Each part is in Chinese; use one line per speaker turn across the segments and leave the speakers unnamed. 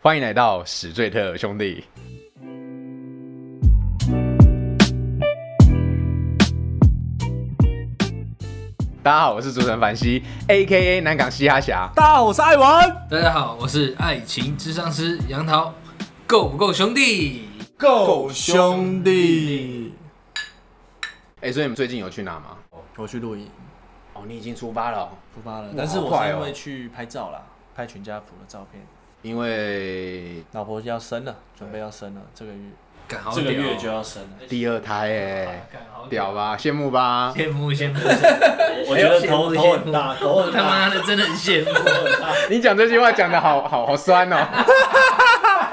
欢迎来到史最特兄弟。大家好，我是主持人凡西，A K A 南港嘻哈侠。
大家好，我是艾文。
大家好，我是爱情智商师杨桃，够不够兄弟？
狗兄弟，
哎、所以你们最近有去哪吗？
我去露营，
哦，你已经出发了哦、
出发了
哇，
但是
好
我
快
是
哦
因为去拍照啦，拍全家福的照片。
因为
老婆要生了，准备要生了，这个月
干好
这个
屌
月
哦
就要生了。
第二胎哎、
干好
屌吧，羡慕 吧。
羡慕羡慕，
我觉得头
羡慕
头很大，头很
他
大。
妈的真的很羡慕，
你讲这句话讲的好好好酸哦、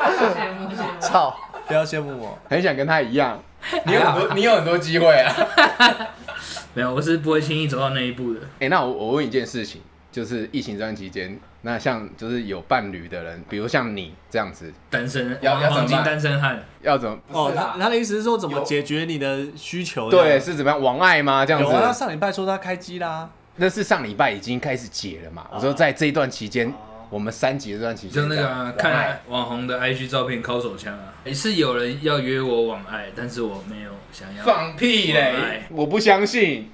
羡慕羡慕。
操！不要羡慕我，
很想跟他一样。 你
有很
多，你有很多机会啊。
没有，我是不会轻易走到那一步的。
哎、那我我问一件事情，就是疫情这段期间，那像就是有伴侣的人，比如像你这样子，
单身，
要要怎么办
黄金单身汉，
要怎么？
哦，
啊
他他的意思是说怎么
有
解决你的需求？
对，，是怎么样往爱吗？这样
有啊，他
子，
上礼拜说他开机啦，
那是上礼拜已经开始解了嘛？我说在这一段期间，我们三级这段期间，
就那个啊、
这样往爱
看网红的 IG 照片敲手枪啊，也是有人要约我往爱，但是我没有想要，
屁
往爱
我不相信，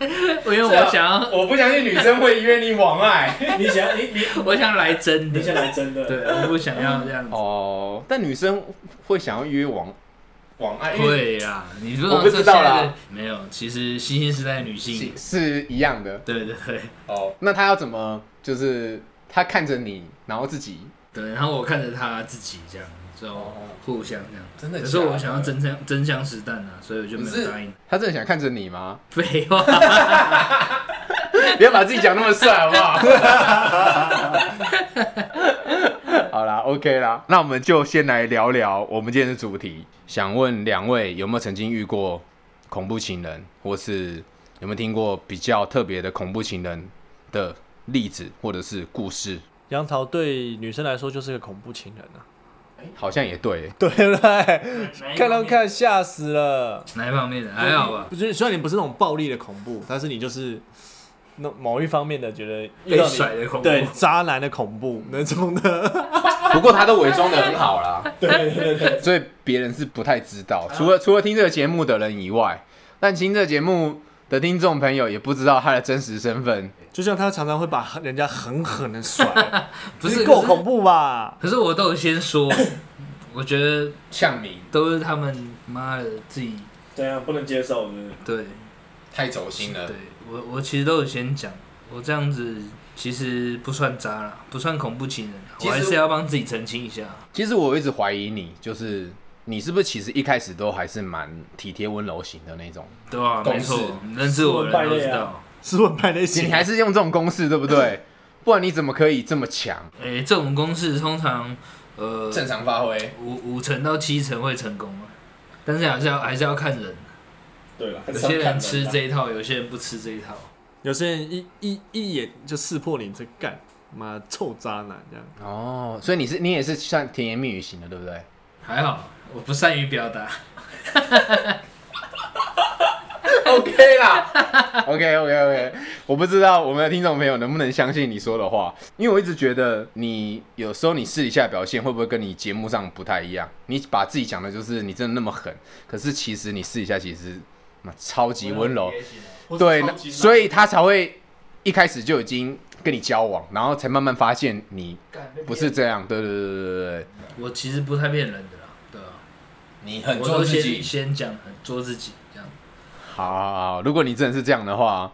因为我想要，
我不相信女生会约你往爱。
你想你你
我想来真的，
来真的，
对，我不想要这样 子。
哦，但女生会想要约往往爱，因为
对啦，你啊不知
我
道
不
这
知道啦
现在的没有，其实新兴时代的女性，
是一样的。
对对对
哦，那他要怎么就是他看着你，然后自己
对，然后我看着她自己这样，就互相这样。
哦真的
可是
假
我
的
想要真枪真枪实弹啊，所以我就没有答应。
他真的想看着你 吗？
废话，
不要把自己讲那么帅，好不 好？好啦，OK 啦，那我们就先来聊聊我们今天的主题。想问两位有没有曾经遇过恐怖情人，或是有没有听过比较特别的恐怖情人的例子或者是故事？
杨桃对女生来说就是个恐怖情人啊，
好像也对，
对不对？ 看到看吓死了。
哪一方面的？还好吧。
不是，虽然你不是那种暴力的恐怖，但是你就是那某一方面的觉得遇
被
到你
甩的恐怖，
对渣男的恐怖那种的，
不过他都伪装的很好啦，
对对对对，
所以别人是不太知道，除了除了听这个节目的人以外，但听这个节目的听众朋友也不知道他的真实身份。
就像他常常会把人家狠狠的甩，
不是
够
可
恐
是
怖吧？
可是我都有先说， 我觉得
呛名
都是他们妈的自己
对啊，不能接受的。
对
太走心了
对，我我其实都有先讲，我这样子其实不算渣啦，不算恐怖情人啦，啊
其
我
实
还是要帮自己澄清一下。
其实我一直怀疑你，就是你是不是其实一开始都还是蛮体贴温柔型的那种，
对啊，
共
没
识
错，认识我的人都知道。
斯文派类型
你，还是用这种公式对不 对？不然你怎么可以这么强？
诶、这种公式通常呃
常发挥，
五五成到七成会成功啊，但是还是要还是要看人，
对了，
有些
啊
人吃这一套，有些人不吃这一套。
有些人一一一眼就识破你这干妈臭渣男这样。
哦，所以你是你也是算甜言蜜语型的，对不对？
还好我不善于表达，
OK 啦，OK OK OK，我不知道我们的听众朋友能不能相信你说的话，因为我一直觉得你有时候你私底下表现会不会跟你节目上不太一样？你把自己讲的就是你真的那么狠，可是其实你私底下其实妈超级温柔，对，那所以他才会一开始就已经跟你交往，然后才慢慢发现你不是这样，对对对对对对，
我其实不太骗人的啦，对啊，
你
我都先，先讲很做自己这样。
好好好好，如果你真的是这样的话，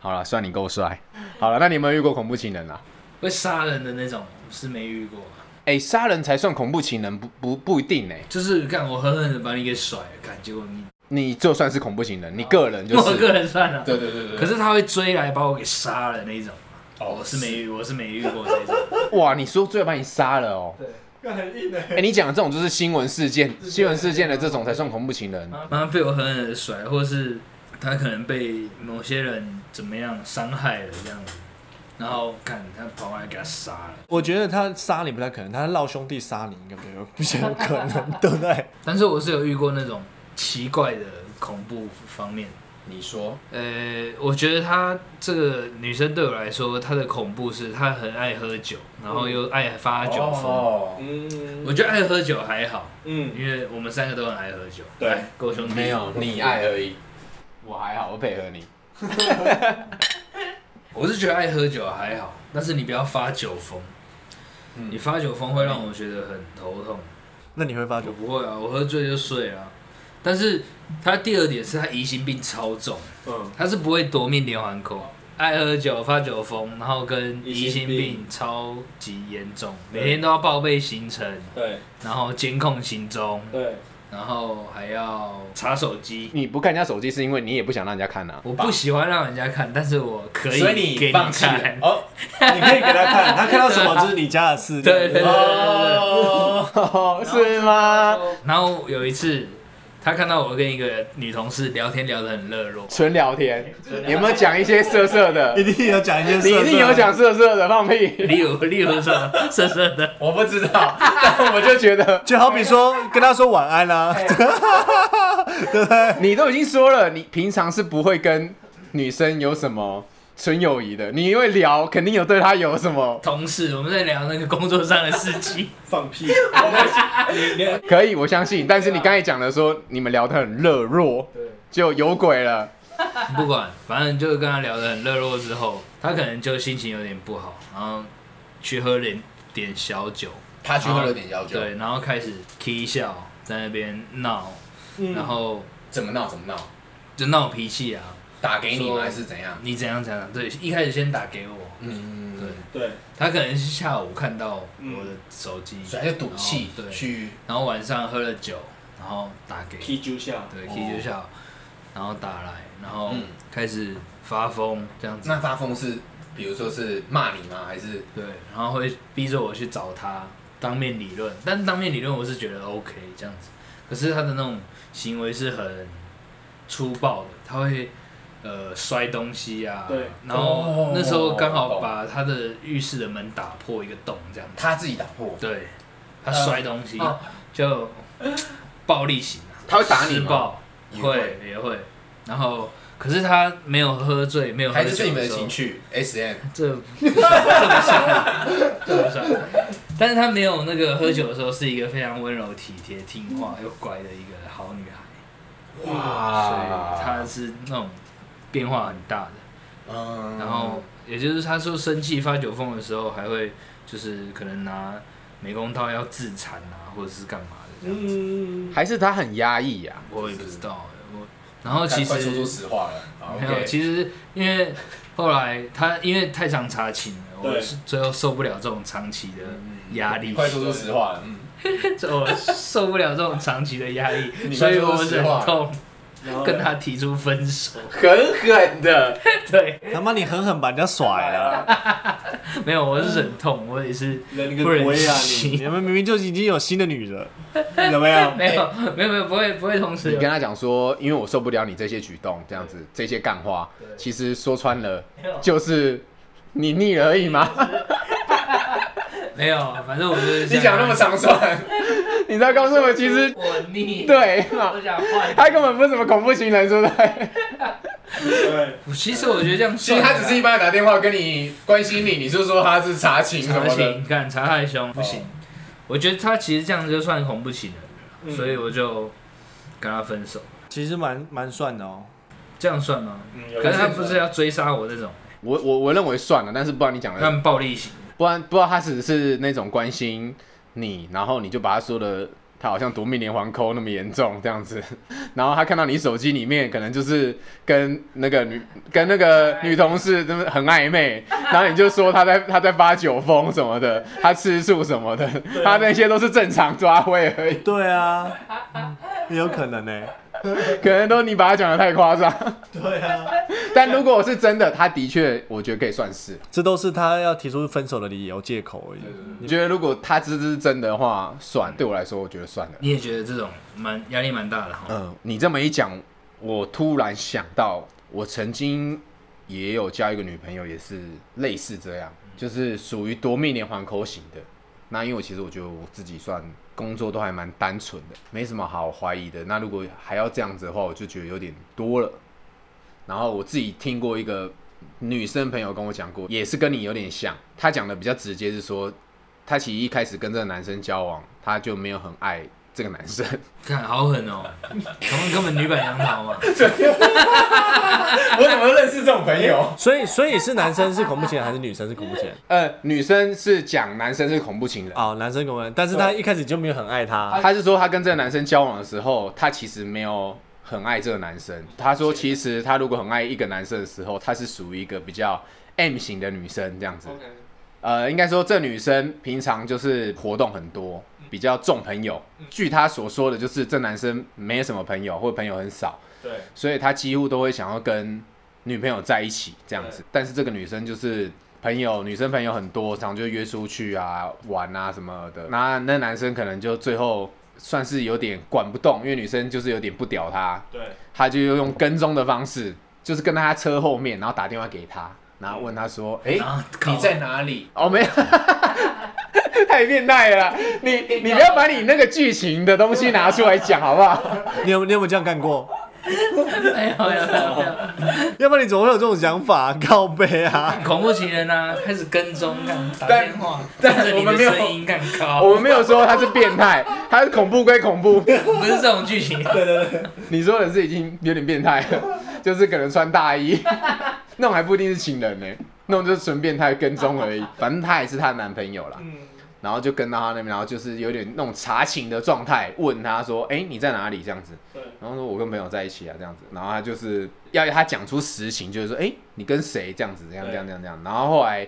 好了，算你够帅，好了，那你有没有遇过恐怖情人啊？
会杀人的那种是没遇过啊，
哎、杀人才算恐怖情人，不不不一定哎、
就是干我狠狠的把你给甩了，干结果你
你就算是恐怖情人，你个人就
我
是。
个人算了，
对对
可是他会追来把我给杀了那种啊。我是没遇，我是没遇过这种。
哇，你说最后把你杀了哦、
对，
很硬欸的，
哎、你讲的这种就是新闻事件，新闻事件的这种才算恐怖情人。
妈被我狠狠的甩，或是他可能被某些人怎么样伤害了这样子，然后看他跑来给他杀了。
我觉得他杀你不太可能，他闹兄弟杀你应该没有比较有 可能，对不对？
但是我是有遇过那种奇怪的恐怖方面，
你说，
呃，我觉得她这个女生对我来说，她的恐怖是她很爱喝酒，然后又爱发酒疯。
哦，
我
嗯
觉得爱喝酒还好，
嗯，
因为我们三个都很爱喝酒。
对
来，够兄弟。
没有，你爱而已。我还好，我配合你。
我是觉得爱喝酒还好，但是你不要发酒疯。
嗯
你发酒疯会让我觉得很头痛。
那你会发
我
酒？
不会啊，我喝醉就睡啊。但是他第二点是他疑心病超重，
嗯，
他是不会夺命连环扣，爱喝酒、发酒疯，然后跟疑
疑
心
心病
病超级严重，
对
每天都要报备行程，
对
然后监控行踪，
对，
然后还要查手机。
你不看人家手机是因为你也不想让人家看啊。
我不喜欢让人家看，但是我可
所
以给
放弃了
看。
哦。
你可以给他看，他看到什么就是你家的事。
对对对对对对。
哦， 是吗？
然后有一次，他看到我跟一个女同事聊天聊得很热络，
纯聊天，有没有讲一些色色的？
一定有讲一件事，
你一定有讲色色的，放屁！
例如例如说色色的，
我不知道，但 我就觉得
就好比说跟他说晚安啊啦、
哎 你都已经说了，你平常是不会跟女生有什么纯友谊的，你因为聊肯定有对她有什么。
同事，我们在聊那个工作上的事情，
放屁！我们你你
可以，我相信。但是你刚才讲的说你们聊得很热络，
对，
就有鬼了。
不管，反正就跟他聊得很热络之后，他可能就心情有点不好，然后去喝点点小酒，
他
去喝了
点要
对，然后开始 k 笑，在那边闹，然后
怎么闹怎么闹，
就闹脾气啊，
打
给你吗还是
怎样？
你怎样怎样，对，一开始先打给我，
嗯
对，
对，
他可能是下午看到我的手机，
就
赌气哦对
去
然后晚上喝了酒，然后打给
踢足下，
对
哦
K 就下，然后打来，然后
嗯
开始发疯这样子，
发疯是，比如说是骂你吗？还是
对，然后会逼着我去找他当面理论，但当面理论我是觉得 OK 这样子，可是他的那种行为是很粗暴的，他会。呃，摔东西啊，
对
然后
哦
那时候刚好
懂
把他的浴室的门打破一个洞，这样子，
他自己打破？
对，他
呃
摔东西、就暴力型啊，
哦他会打你
施
吗
暴
也会
会也会，然后可是他没有喝醉，没有喝酒时候
趣？S M
这不这不算，这不算。但是他没有那个喝酒的时候，是一个非常温柔、体贴、听话又乖的一个好女孩，所以她
哇，
是那种变化很大的。
嗯
然后也就是他说生气发酒疯的时候，还会就是可能拿美工刀要自残啊，或者是干嘛的这样子，
嗯，
还是他很压抑啊呀。
我也不知道欸。我然后其实
实话了，好
没有，
，OK
其实因为后来他因为太常查寝了，我
对
是最后受不了这种长期
嗯
的压力，
说实话了，嗯，
我受不了这种长期的压力，
你
所
快
以
说
我
实
忍
话
痛
然后
跟他提出 分手。
狠狠的，
对，
他妈你狠狠把人家甩啊了，
没有，我是忍痛，我也是
人
不
跟
忍
鬼啊
心
你，
你们明明就已经有新的女人，怎么样？
没有没有没有不会不会同时
你
有
跟他讲说，因为我受不了你这些举动，这样子，这些干话，其实说穿了
没有
就是你腻了而已嘛。
没有，反正我就是
长串，你在告诉我，其实
我腻，，
对嘛
我，想换。
他根本不是什么恐怖情人，对不对？
对，
其实我觉得这样
其
算
实
了啦，
他只是一般打电话跟你关心你，你就说他是查寝什
查
么的。哦
情，干查太凶，不行。我觉得他其实这样就算恐怖情人了，
嗯
所以我就跟他分手。
其实蛮蛮算的哦。
这样算吗？
嗯
可是他不是要追杀我那种，
我我我认为算了，但是不知道你讲的，
让暴力型。
不然不知道他只是那种关心你，然后你就把他说的他好像夺命连环扣那么严重这样子， 然后他看到你手机里面可能就是跟那个女跟那个女同事真的很暧昧，然后你就说他在他在发酒疯什么的，他吃醋什么的，他那些都是正常抓位而已，
对啊，也有可能呢、
可能都你把他讲的太夸张。
对啊，
但如果是真的，他的确我觉得可以算是。
这都是他要提出分手的理由借口而已。
你觉得如果他这是真的话，算对我来说，我觉得算了。
你也觉得这种蛮压力蛮大的哈？
嗯，你这么一讲，我突然想到，我曾经也有交一个女朋友，也是类似这样，就是属于夺命连环扣型的。那因为我其实我觉得我自己算工作都还蛮单纯的，没什么好怀疑的。那如果还要这样子的话，我就觉得有点多了。然后我自己听过一个女生朋友跟我讲过，也是跟你有点像，她讲的比较直接，是说她其实一开始跟这个男生交往，她就没有很爱这个男生。
看好狠哦，他们根本女版啊杨 桃嘛，
我怎么认识这种朋友？
所以所以是男生是恐怖情人还是女生是恐怖情人？
呃，女生是讲男生是恐怖情人，
哦，男生恐怖情人，但是他一开始就没有很爱他，
她是说她跟这个男生交往的时候，她其实没有很爱这个男生。她说其实她如果很爱一个男生的时候，她是属于一个比较 M 型的女生这样子。
OK，
呃，应该说这女生平常就是活动很多，比较重朋友。据她所说的，就是这男生没什么朋友，或者朋友很少，
对，
所以他几乎都会想要跟女朋友在一起这样子。但是这个女生就是朋友，女生朋友很多，常就约出去啊、玩啊什么的。那那男生可能就最后算是有点管不动，因为女生就是有点不屌他，
对，
他就用跟踪的方式，就是跟在他车后面，然后打电话给他，然后问他说：“哎、
然后你在哪里？
哦，没有， 太变态了啦！你你不要把你那个剧情的东西拿出来讲好不好？
你有你有没有这样干过？
哎呀哎呀哎呀！
要不然你怎么会有这种想法？靠背啊！
恐怖情人啊，开始跟踪，看打
但
电话，
但
看着
我
你
们
的
没有
声音，看
我
靠，
们没有说他是变态，他是恐怖归恐怖，
不是这种剧情，
你说的是已经有点变态了，就是可能穿大衣，那种还不一定是情人呢、那种就是纯变态跟踪而已。反正她也是她男朋友啦，
嗯，
然后就跟到她那边，然后就是有点那种查寝的状态，问她说：“哎、你在哪里？”这样子。
对，
然后说我跟朋友在一起啊，这样子，然后他就是要他讲出实情，就是说，哎、你跟谁这样子，这样
对
这样这样这样，然后后来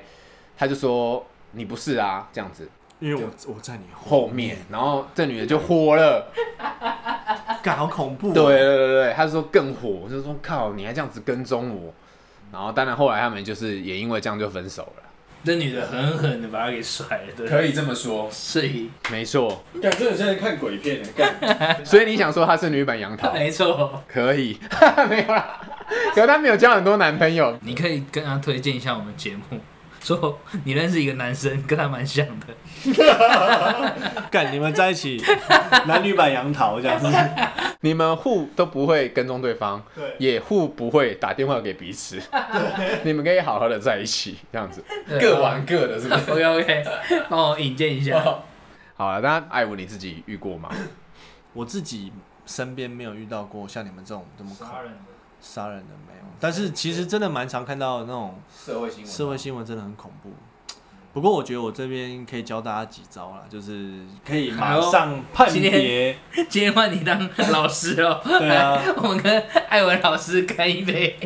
他就说你不是啊，这样子
因为我我在你后
后面，然后这女的就火了，
面，干好恐怖、哦
对对，对对对，他就说更火，我就说靠，你还这样子跟踪我，然后当然后来他们就是也因为这样就分手了，
这女的狠狠的把他给甩了，对，哦
以这么说，
所以
没错，
干，真的现在看鬼片呢，干，
所以你想说她是女版杨桃，
没错，
可以， 没有啦，可是她没有交很多男朋友，
你可以跟他推荐一下我们节目， 说你认识一个男生，跟他蛮像的，
干你们在一 起，男女版杨桃这样子，
你们互都不会跟踪对方。
对，
也互不会打电话给彼此，你们可以好好的在一起，这样子
对
各玩各的，是不是？
OK OK，帮我引荐一下。
好了，那艾文你自己遇过吗？
我自己身边没有遇到过像你们这种这么恐
杀人的
杀人的没有，但是其实真的蛮常看到那种
社会新
社会新闻，真的很恐怖。不过我觉得我这边可以教大家几招啦，就是可以马上判
今
别，
今天换你当老师哦，
对啊，
我们跟艾文老师干一杯。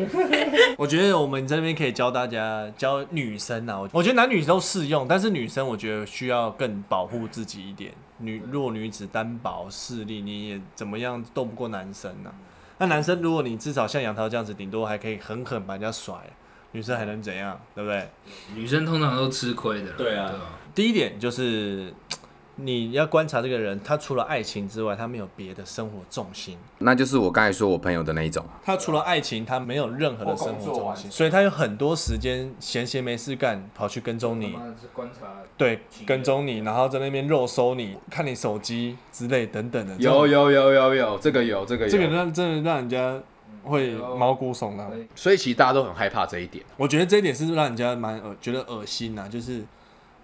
我觉得我们这边可以教大家教女生啊，我我觉得男女都适用，但是女生我觉得需要更保护自己一点。女弱女子单薄势力，你也怎么样斗不过男生呢、那男生如果你至少像杨涛这样子，顶多还可以狠狠把人家甩，女生还能怎样？对不对？
女生通常都吃亏的啦，
对啊
吧
第一点就是。你要观察这个人，他除了爱情之外，他没有别的生活重心。
那就是我刚才说我朋友的那一种。
他除了爱情，他没有任何的生活重心，所以他有很多时间闲闲没事干，跑去跟踪你
他，妈是观察
对，
情
跟踪你，然后在那边肉搜你，看你手机之类等等的。
有有有有有，这个有这个有，
这种这个让真的让人家会
有
毛骨悚然。
所以其实大家都很害怕这一点。
我觉得这一点是让人家蛮呃恶，觉得恶心呐、就是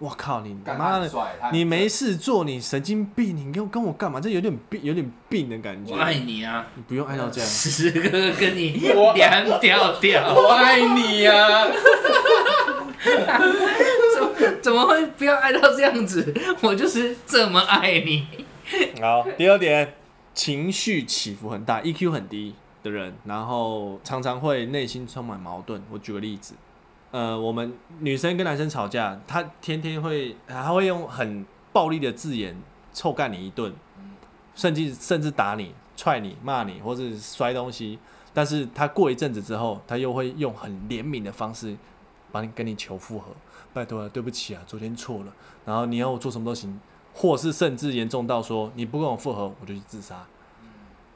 我靠你妈的，
的
你没事做，你神经病，你跟跟我干嘛？这有点病，有点病的感觉
我。爱你啊，
你不用爱到这样，
时时刻刻跟你
我
凉掉掉，
我爱你啊呀、
怎么会不要爱到这样子？我就是这么爱你。
好，第二点，情绪起伏很大，EQ 很低的人，然后常常会内心充满矛盾。我举个例子，呃，我们女生跟男生吵架，他天天会，他会用很暴力的字眼臭干你一顿，甚至甚至打你、踹你、骂你，或是摔东西。但是他过一阵子之后，他又会用很怜悯的方式，帮你跟你求复合，拜托了、对不起啊，昨天错了，然后你要我做什么都行，或是甚至严重到说你不跟我复合，我就去自杀。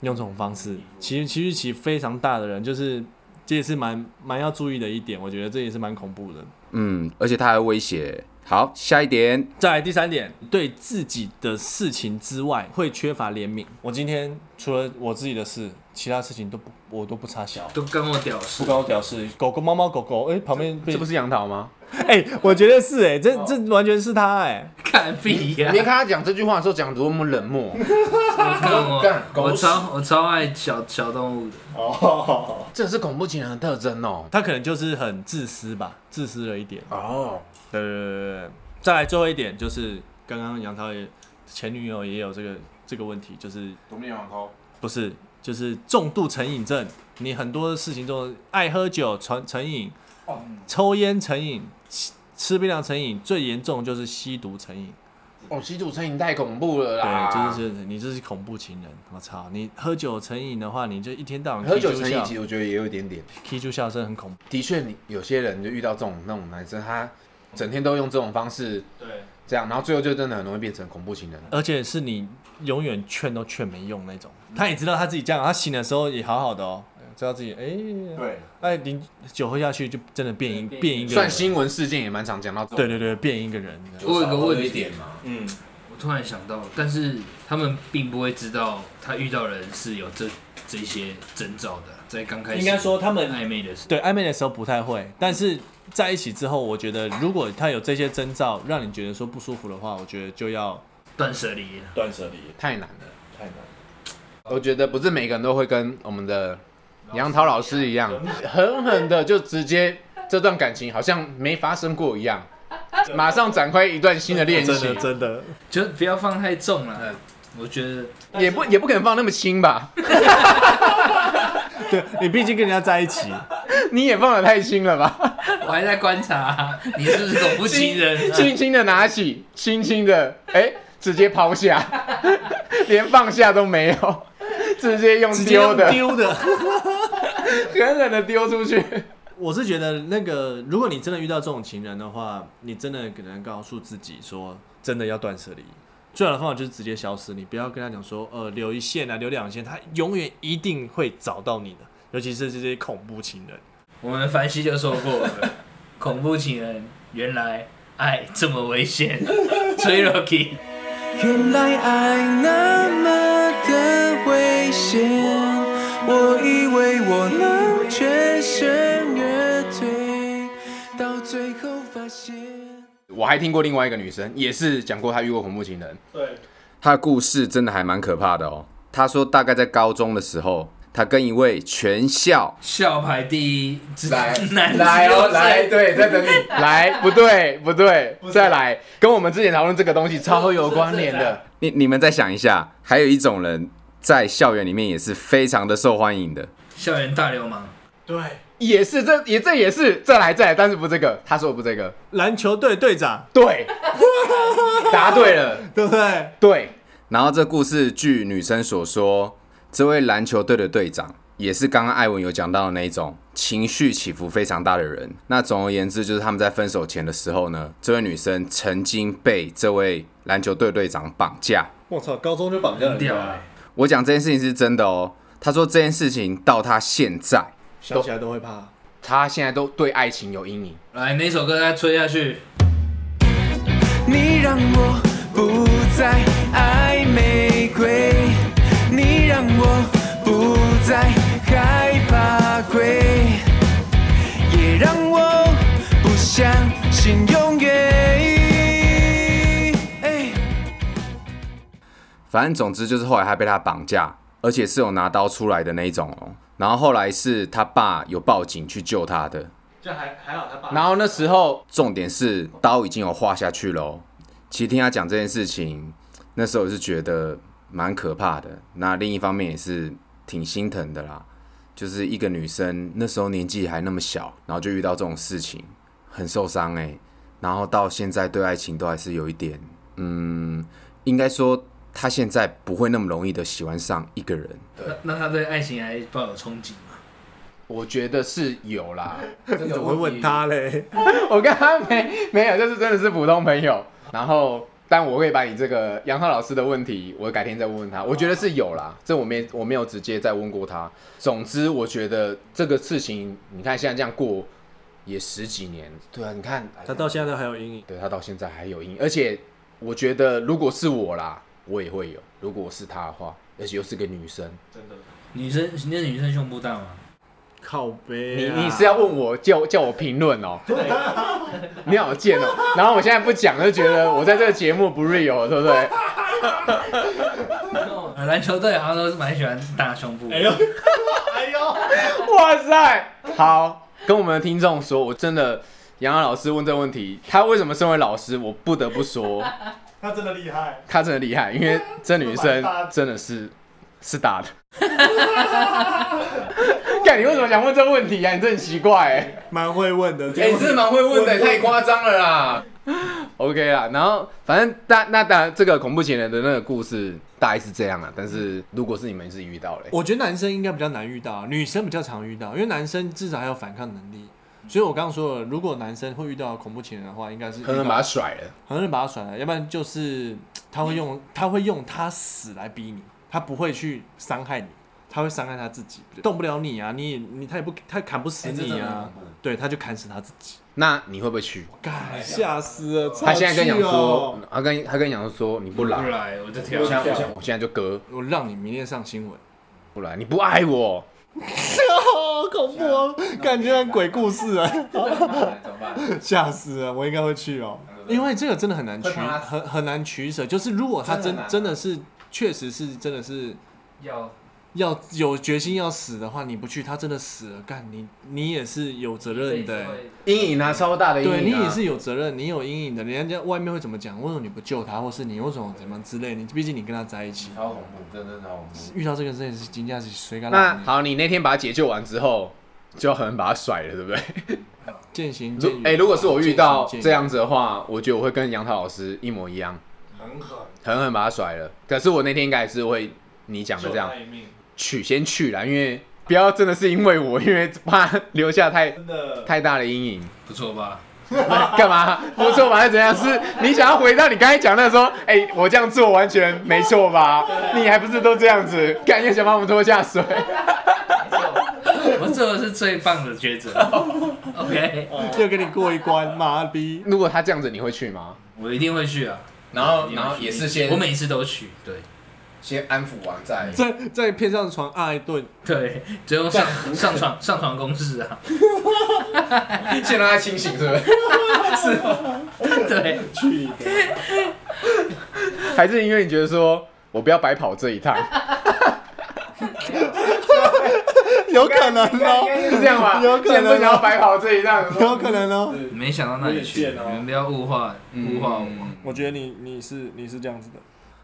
用这种方
嗯
式，其实情绪起非常大的人，就是这也是蛮蛮要注意的一点，我觉得这也是蛮恐怖的。
嗯，而且他还威胁。好，下一点，
再来第三点，对自己的事情之外，会缺乏怜悯。我今天除了我自己的事，其他事情都不我都不插小。
都跟我屌事
不。关我屌事。
狗狗、猫猫、狗狗，哎、旁边被
这不是杨哦桃吗？
哎、我觉得是哎、这这完全是他哎、
看屁呀
你！看他讲这句话的时候讲得多么冷漠，
看我
干狗
我
屎
超我超爱小小动物的，
哦，
这是恐怖情人的特征哦。
他可能就是很自私吧，自私了一点。
哦，
对对对对对。再来最后一点就是，刚刚杨涛也前女友也有这个这个问题，就是
独面网头，
不是就是重度成瘾症，你很多事情都爱喝酒成成瘾，抽烟成瘾，吃吃槟榔成瘾，最严重就是吸毒成瘾。
哦，吸毒成瘾太恐怖了啦！
对，就是就是你这是恐怖情人，我操！你喝酒成瘾的话，你就一天到晚
喝
K
酒
住
成瘾，
笑
其实我觉得也有一点点。
，K 住笑声很恐怖。
的确，你有些人就遇到这种那种男生，他整天都用这种方式，
对，
这样，然后最后就真的很容易变成恐怖情人。
而且是你永远劝都劝没用那种。他也知道他自己这样，他醒的时候也好好的哦，知道自己哎、
对，
哎，你酒喝下去就真的变一
变
变一个
算
人，
新闻事件也蛮常讲到这种。
对对对，变一个人。这样
我有个问题，
嘛，嗯，
我突然想到，但是他们并不会知道他遇到的人是有这这些征兆的，在刚开始
应该说他们
暧昧的时候，
对暧昧的时候不太会，但是在一起之后，我觉得如果他有这些征兆，让你觉得说不舒服的话，我觉得就要
断舍离啊了。
断舍离
太难了。
太难。
我觉得不是每个人都会跟我们的杨涛老师一样，狠狠的就直接这段感情好像没发生过一样，马上展开一段新的恋
真的
情，
真的，
就不要放太重
嗯
了。我觉得
也不也不可能放那么轻吧？
对你毕竟跟人家在一起，
你也放的太轻了 吧？
我还在观察、啊你是不是恐怖情人、啊？
轻轻的拿起，轻轻的，哎、直接抛下， 连放下都没有，直接用
直接
丢的，
丢的。
狠狠的丢出去。
我是觉得那个，如果你真的遇到这种情人的话，你真的可能告诉自己说，真的要断舍离。最好的方法就是直接消失，你不要跟他讲说，呃，留一线啊，留两线，他永远一定会找到你的，尤其是这些恐怖情人。
我们凡西就说过了，恐怖情人原来爱这么危险。崔 Rocky，
原来爱那么的危险，我以为我能全身而退，到最后发现。
我还听过另外一个女生，也是讲过她遇过恐怖情人，
对，
他的故事真的还蛮可怕的哦。他说大概在高中的时候，他跟一位全校
校牌第一，直男
来哦，
自由
来，
生
对，在等你，来，不对，不对，再来，跟我们之前讨论这个东西超有关联的。
你你们再想一下，还有一种人在校园里面也是非常的受欢迎的。
校园大流氓，
也是，这也这也是，再来再来，但是不这个，他说的不这个，
篮球队队长，
对，答对了，
对不对？
嗯对，啊
然后这故事据女生所说，这位篮球队的队长也是刚刚艾文有讲到的那一种情绪起伏非常大的人。那总而言之，就是他们在分手前的时候呢，这位女生曾经被这位篮球队队长绑架。
我操，高中就绑架啊
很
人
屌
家
哎、，
我讲这件事情是真的哦。她说这件事情到她现在，
想起来都会怕。
他现在都对爱情有阴影。
来，那首歌大家吹下去。
你让我不再爱玫瑰，你让我不再害怕鬼，也让我不相信永远。哎
反正总之就是后来他被他绑架，而且是有拿刀出来的那一种哦。然后后来是他爸有报警去救他的，
然后那时候
重点是刀已经有划下去喽。其实听他讲这件事情，那时候我是觉得蛮可怕的。那另一方面也是挺心疼的啦，就是一个女生那时候年纪还那么小，然后就遇到这种事情，很受伤哎、然后到现在对爱情都还是有一点，嗯，应该说她现在不会那么容易的喜欢上一个人。
那那他对爱情还抱有憧憬吗？
我觉得是有啦，
怎么会问他嘞？
我跟他没没有，就是真的是普通朋友。然后，但我会把你这个杨浩老师的问题，我改天再问问他。我觉得是有啦，这我没我没有直接再问过他。总之，我觉得这个事情，你看现在这样过也十几年，对啊，你看
他到现在都还有阴影。
对他到现在还有阴影，而且我觉得如果是我啦，我也会有；如果是他的话，而且又是个女生。
真的。
女生那女生胸部大吗？
靠背
你
啊、
你是要问我叫叫我评论哦？你好贱哦！然后我现在不讲，就觉得我在这个节目不 real，对不对？
呃篮球队好像都是蛮喜欢大胸部的。
哎呦，哎呦，
哇塞，好，跟我们的听众说，我真的杨洋老师问这个问题，他为什么身为老师，我不得不说
他真的厉害。
他真的厉害，因为这女生真的是是大的。干，你为什么想问这问题啊？你这很奇怪哎、
蛮会问的。
哎、你真的蛮会问的、太夸张了啦。OK 啦，然后反正大那当然，这个恐怖情人的那个故事大概是这样啦。啊但是如果是你们自己遇到嘞，
我觉得男生应该比较难遇到，女生比较常遇到，因为男生至少还有反抗能力。所以我刚刚说了，如果男生会遇到恐怖情人的话，应该是
可能把他甩了。
很多人把他甩了，要不然就是嗯他会用他会用他死来逼你，他不会去伤害你，他会伤害他自己，动不了你啊，你也你他也不他也砍不死你啊，对，他就砍死他自己，哎
那你会不会去？
干吓死了，哦
他现在跟你
你
讲说，，他跟他跟你讲说你不
不
来，
来，我就跳
我。现在我现在我现在就割
我让你明天上新闻，
不来，你不爱我，
好恐怖哦，感觉像鬼故事啊，
怎么办？
吓死了，我应该会去哦，因为这个真的很难取
会怕他
很很难取舍，就是如果他真
啊
真的
真的
很难
是确实是真的是。
要
要有决心要死的话，你不去，他真的死了，干你你也是有责任的、
阴影啊，超大的阴影、啊。
对你也是有责任，你有阴影的，人家外面会怎么讲？为什么你不救他，或是你为什么怎么样之类？你毕竟你跟他在一起，
超恐怖，真的超恐怖。
遇到这个事情是惊讶是谁敢
那
让你
好，你那天把他解救完之后，就要很把他甩了，对不对？
渐行渐
如
远？
哎、如果是我遇到
渐行渐远
这样子的话，我觉得我会跟杨涛老师一模一样。
很狠，
狠狠把他甩了。可是我那天应该也是会你讲的这样
救他一命，
去先去啦，因为不要真的是因为我，因为怕留下太
真的。
太大的阴影。
不错吧？
干嘛？不错吧？还是怎样？是你想要回到你刚才讲的说，哎、我这样做完全没错吧？你还不是都这样子，感觉想把我们拖下水。
我做的是最棒的抉择。OK，
又给你过一关，妈逼！
如果他这样子，你会去吗？
我一定会去啊。
然后
我一定会去
然后也是先
我每次都去，对
先安抚完再
在在片上哎床挨一顿，
对，只用上上床上床公式啊，
先让他清醒，是不是？
对，
还是因为你觉得说我不要白跑这一趟，
有可能哦，
是这样吧？
有可能啊
既然不想要白跑这一趟，
有可能哦。
没想到那里去，
我也
你
见哦
们不要物化物化我。
我觉得你你是你是这样子的，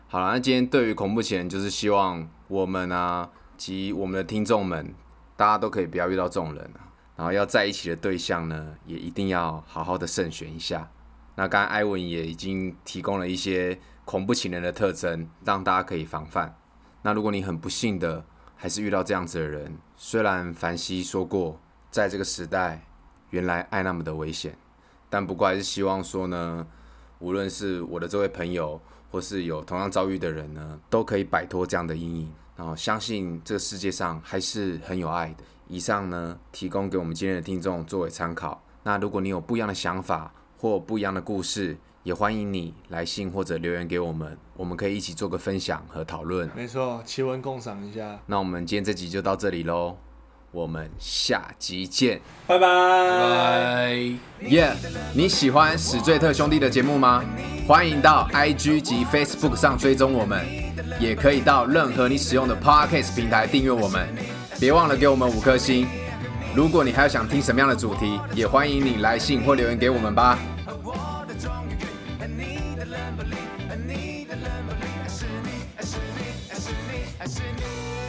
好了，那今天对于恐怖情人，就是希望我们啊及我们的听众们，大家都可以不要遇到这种人啊。然后要在一起的对象呢，也一定要好好的慎选一下。那刚才艾文也已经提供了一些恐怖情人的特征，让大家可以防范。那如果你很不幸的还是遇到这样子的人，虽然凡西说过，在这个时代，原来爱那么的危险，但不过还是希望说呢，无论是我的这位朋友，或是有同样遭遇的人呢，都可以摆脱这样的阴影。然后相信这个世界上还是很有爱的。以上呢，提供给我们今天的听众作为参考。那如果你有不一样的想法或不一样的故事，也欢迎你来信或者留言给我们，我们可以一起做个分享和讨论。
没错，奇闻共赏一下，
那我们今天这集就到这里喽，我们下集见。
拜
呃
拜
拜。
耶、你喜欢史最特兄弟的节目吗？欢迎到 IG 及 Facebook 上追踪我们，也可以到任何你使用的 Podcast 平台订阅我们。别忘了给我们五颗星。如果你还有想听什么样的主题，也欢迎你来信或留言给我们吧。
爱是你，爱是你，爱是你，爱是你。